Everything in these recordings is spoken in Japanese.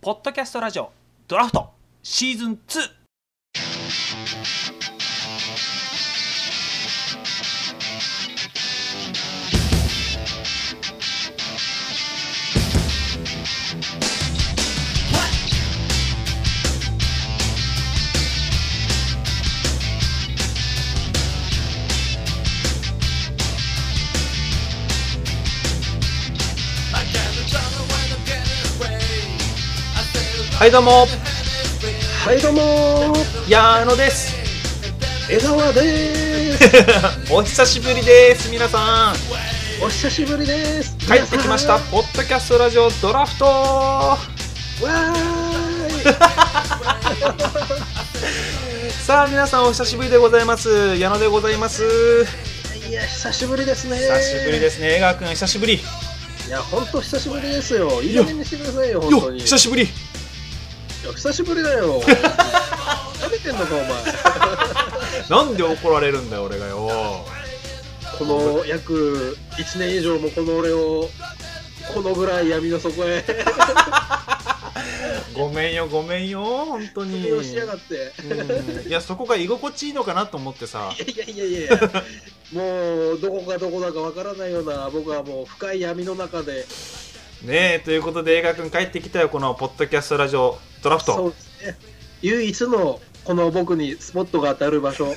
ポッドキャストラジオドラフトシーズン2はいどうもはいどうもー矢野です枝輪 でーすお久しぶりです皆さんお久しぶりです帰ってきました皆さポッドキャストラジオドラフトんわーいさあ皆さんお久しぶりでございます矢野でございますいや久しぶりですね久しぶりですすね江川くん久しぶりいや本当久しぶりですよいい加減にしてくださいよ本当よに久しぶりいや久しぶりだよ食べてんのか なんで怒られるんだよ俺がよお前この約1年以上もこの俺をこのぐらい闇の底へごめんよごめんよ本当に首をしやがってうんいやそこが居心地いいのかなと思ってさ いやいやいやいやもうどこがどこだかわからないような僕はもう深い闇の中でねえということで映画くん帰ってきたよこのポッドキャストラジオドラフそトうですね。唯一のこの僕にスポットが当たる場 所。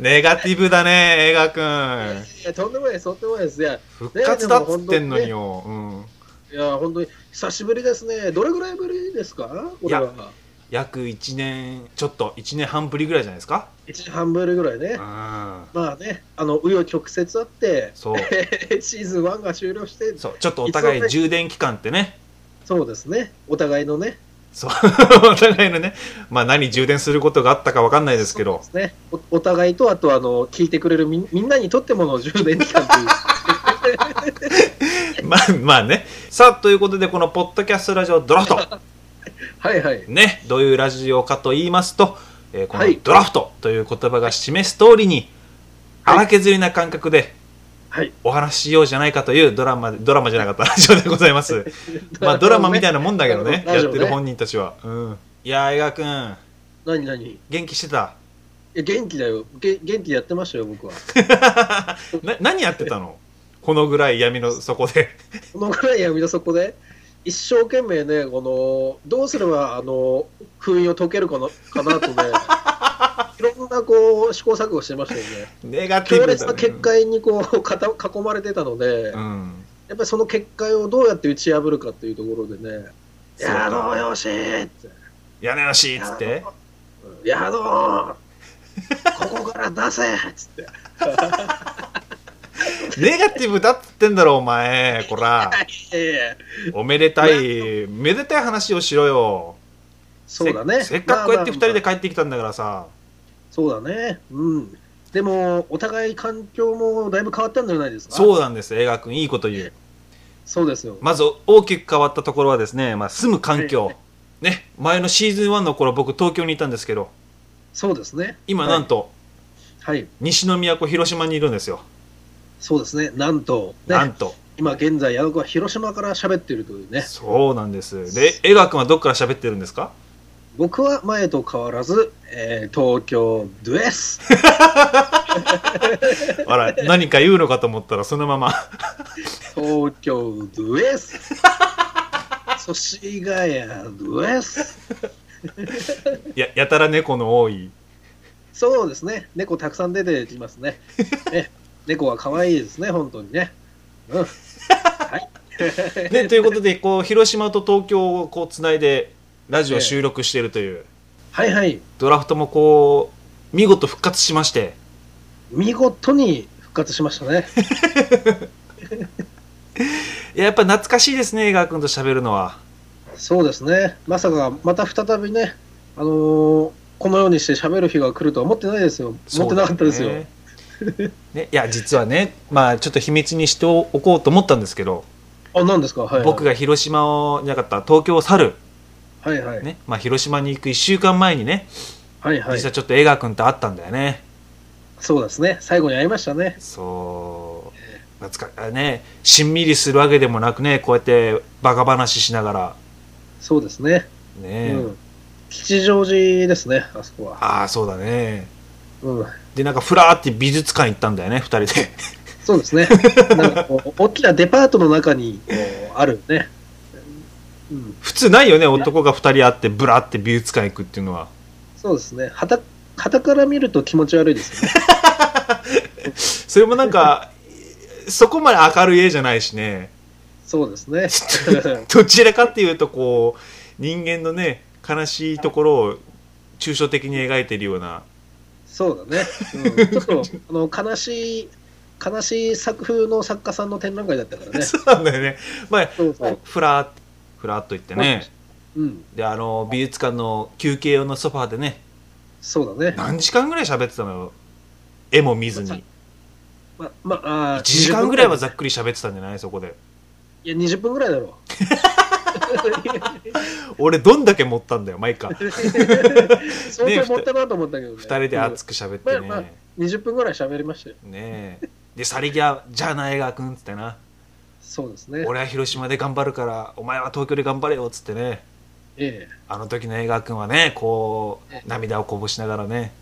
ネガティブだね映画くんいやとんでもないです、とんでもないです。いや、復活だっつってんのによ、うん、いや本当に久しぶりですね。どれぐらいぶりですか俺は。約1年ちょっと1年半ぶりぐらいじゃないですか1時半ぶりぐらいね。うんまあね、あの、紆余曲折あって、 そうシーズン1が終了して、そうちょっとお互いいつもね充電期間ってねそうですね。お互いのね。そう お互いのねまあ何充電することがあったか分かんないですけどそうですね。おお互いと、あと、あの、聞いてくれるみんみんなにとってもの充電期間 という。まあまあねさあということでこのポッドキャストラジオドラフトはいはい。ね、どういうラジオかと言いますと、えーこのはいドラフトという言葉が示す通りに、はい荒削りな感覚ではい。お話ししようじゃないかというドラマ、ドラマじゃなかったラジオでございます。まあドラマみたいな。なもんだけどね、ラやジっオねてる本人たちは。うん。いやー、江川くん、 何何元気してたいや元気だよげ元気でやってましたよ僕はな何やってたのこのぐらい闇の底で。 このぐらい闇の底で一生懸命ねこのどうすればあの封印を解けるかなかな とねいろんなこう試行錯誤してましたよねネガティブだ、強ね、烈な結界にこうかた囲まれてたので、うやっん。ぱりその結界をどうやって打ち破るかっていうところでね「そうやどうよし!」って屋根のし「ーっつって。やどうここから出せ!」っつってネガティブだっつってんだろ、お前。こら。いやいやおめでたい、めでたい話をしろよ。そうだねせせっかくこうやってま2あまあま人あで帰ってきたんだからさ。そうだね。うん。でも、お互い環境もだいぶ変わったんじゃないですか。そううなんです、映画君、いいこと言う。そうですよ。まず大きく変わったところはですね、まあ、住む環境。ね、前のシーズン1の頃、僕、東京にいたんですけど、そうですね。今、はいなんと、はい。西宮都広島にいるんですよ。そうですね。なんと、なねん、と。今現在、矢野君は広島から喋ってるというね。そうなんです。で、映画君はどっから喋ってるんですか僕は前と変わらず、えー東京 です。あら、 何か言うのかと思ったら、そのま ま。東京です。 祖師ヶ谷です。や、やたら猫の多 い。そうですね。猫たくさん出てきます ね。ね猫は可愛いですね、本当にね。うん。はい。ね、ということで、こう、広島と東京をこう、つないで、ラジオ収録しているという。はいはい。ドラフトもこう見事復活しまして見事に復活しましたね。いややっぱ懐かしいですね江川君と喋るのはそうですね。まさかまた再びね、あのーこのようにして喋る日が来るとは思ってないですよ。思ってなかったですよ。そうだねねいや実はねまあちょっと秘密にしておこうと思ったんですけど、あ、なんですかはい、はい。僕が広島をじゃなかった東京を去る、はいはい。ねまあ、広島に行く1週間前にねはいは実い。はちょっと江川君と会ったんだよね、そうですね。最後に会いましたね。そう懐かあねしんみりするわけでもなくねこうやってバカ話しながらそうですね、ね、うん、吉祥寺ですねあそこは、ああそうだねうん、でなんかふらーって美術館行ったんだよね2人で そうですねなんかこう大きなデパートの中にこうあるね、うん、普通ないよね男が2人会ってぶらって美術館行くっていうのはそうですねはたから見ると気持ち悪いですよねそれもなんかそこまで明るい絵じゃないしねそうです ねどちらかっていうとこう人間のね悲しいところを抽象的に描いてるようなそうだね、うん、ちょっとあの悲しい悲しい作風の作家さんの展覧会だったからねそうなんだよねまあそうそう、ふらーっふらーっと行ってねうん、であの美術館の休憩用のソファーでねそうだね何時間ぐらい喋ってたのよ絵も見 ずにままああー1時間ぐらいは20ざっくり喋ってたんじゃないそこでいや20分ぐらいだろう俺どんだけ持ったんだよ毎回相当持ったなと思ったけどね2人で熱く喋ってね、まあま20分ぐらい喋りましたよねえでさりぎゃじゃあな江川君っつってなそうですね俺は広島で頑張るからお前は東京で頑張れよっつってねえあの時の江川君はねこう涙をこぼしながらね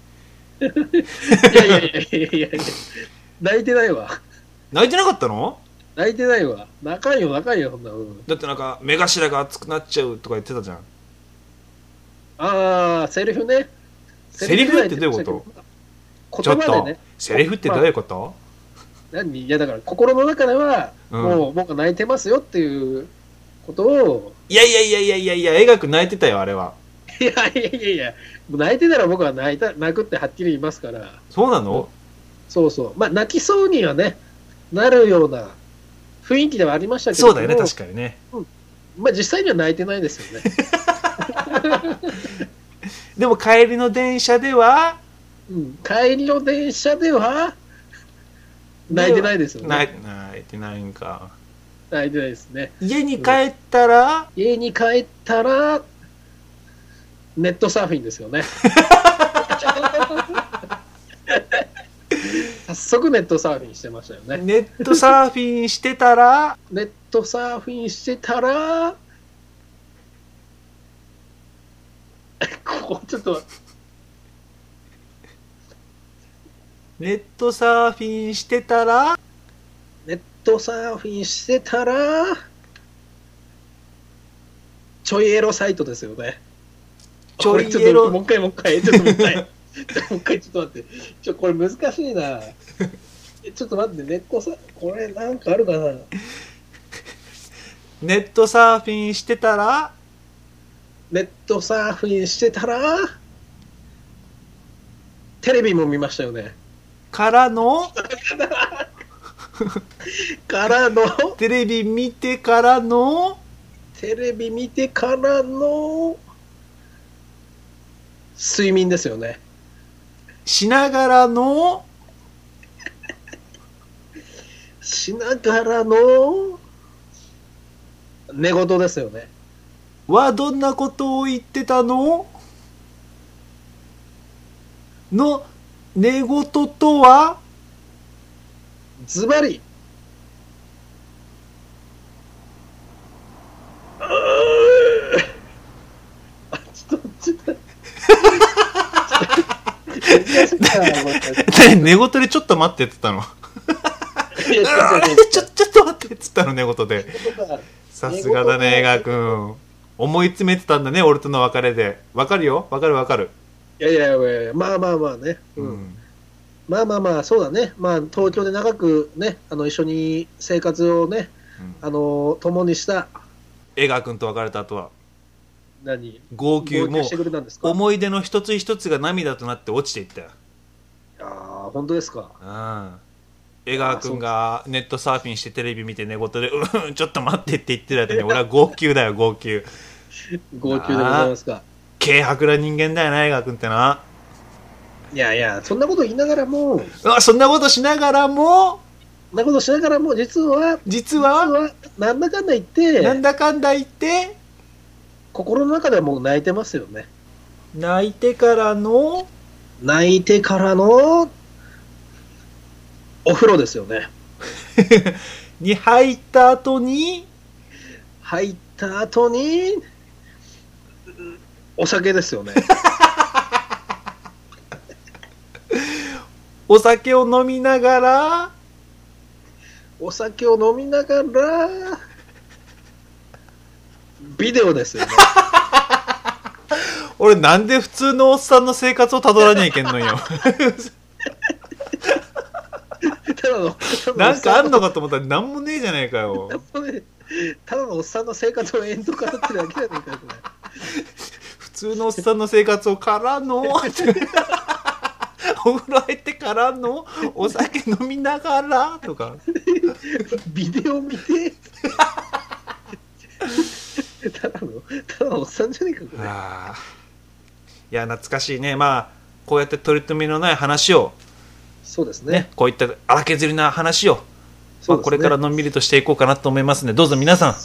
えいやいやいやいやいやいや泣いてないわ泣いてなかったの泣いてないわ泣かんよ泣かんよそんなうんだってなんか目頭が熱くなっちゃうとか言ってたじゃんああセリフねセリフってどういうことちょっ言葉とでねセリフってどういうこと、何いやだから心の中では、うんもう僕は泣いてますよっていうことを いやいやいやいやいやいや江川君泣いてたよあれはいやいやいやいやもう泣いてたら僕は泣いた泣くってはっきり言いますからそうなのそうそうまあ泣きそうにはねなるような雰囲気ではありましたけどそうだよね確かにねまあ実際には泣いてないです よねでも帰りの電車ではうん帰りの電車では泣いてないですよなね泣いてないんか泣いてないですね家に帰ったら、家に帰ったらネットサーフィンですよね早速ネットサーフィンしてましたよねネットサーフィンしてたらネットサーフィンしてたらここちょっとネットサーフィンしてたらネットサーフィンしてたらちょいエロサイトですよねちょいエこれちょっとロもう一回もう一回ちょっともう 一回もう一回ちょっと待ってちょこれ難しいなえちょっと待ってネットサこれなんかあるかなネットサーフィンしてたらネットサーフィンしてたらテレビも見ましたよねからのからのテレビ見てからのテレビ見てからの睡眠ですよねしながらのしながらの寝言ですよね。はどんなことを言ってたのの寝言とはズバリ。あーあちょっと、ちょっと。難しいなもう一回何寝言でちょっと待ってって言ったのいや違う違う違うちょちょっと待ってって言ったの寝言で言葉がさすがだね映寝言画くん思い詰めてたんだね俺との別れでわかるよわかるわかるいやいやいやいや、まあまあまあね。ううんんまあまあまあ、そうだね。まあ、東京で長くね、あの、一緒に生活をね、あの、共にした、映画くんと別れた後は何、号泣合も流してくれたんですうか思い出の一つ一つが涙となって落ちていったよああ、本当です か。うん江川君がネットサーフィンしてテレビ見て寝言で「うんちょっと待って」って言ってる間に俺は号泣だよ号泣号泣でございますか。軽薄な人間だよな江川君ってないやいや、そんなこと言いながらも、そんうわそんなことしながらもなことしながらも、実は、実実ははなんだかんだ言って、なんだかんだ言って心の中ではもう泣いてますよね。泣いてからの泣いてからの、お風呂ですよね。に入った後に、入った後に、うんお酒です よね。お酒を飲みながら、お酒を飲みながら、ビデオです よね。俺なんで普通のおっさんの生活をたどらにゃいけんのよ。 ただの、なんかあんのかと思ったらなんもねえじゃねえかよ。ただのおっさんの生活を延々と語ってるだけやねんから、これ。普通のおっさんの生活をから の、お風呂入ってからの、お酒飲みながら、とか。ビデオ 見て。ただの、ただのおっさんじゃねえか、これ。あーいや、懐かしいね。まあ、こうやって取り留めのない話を、そうですね。ね、こういった荒削りな話を、そまあ、うですねこれからのんびりとしていこうかなと思いますので、どうぞ皆さん、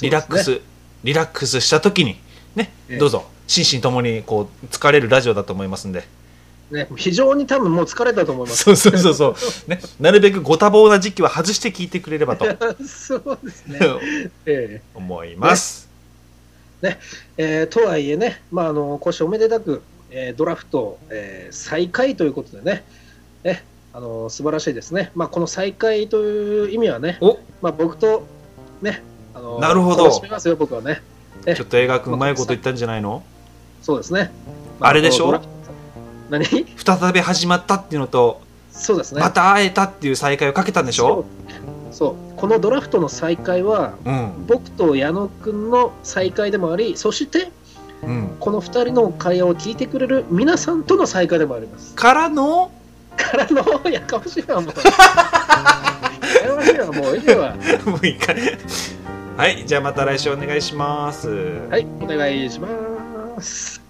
リラックそうですね。ス、リラックスした時に、ねええ、どうぞ、心身ともに、こう、疲れるラジオだと思い ますんで。ね、非常に多分もう疲れたと思 います。そうそうそうそう。ね、なるべくご多忙な時期は外して聞いてくれれば とそうですね。え思います。ええーとはいえね、まあ、あの今週おめでたく、えードラフト、えー再開ということでね、ねあの素晴らしいですね、まあ、この再開という意味はね、おまあ、僕と、ね、あのなるほど楽しみますよ、僕はね、えちょっと映画くんうまいこと言ったんじゃないのそうですね。あれでしょこのドラ何 再び始まったっていうのと、そうですね。また会えたっていう再会をかけたんでしょそうそうこのドラフトの再開はうん。僕と矢野くんの再会でもありそしてうん。この2人の会話を聞いてくれる皆さんとの再会でもありますからの、 からのやかましいわもうやかましいわもういいわもう一回。はい、じゃあまた来週お願いします。はいお願いします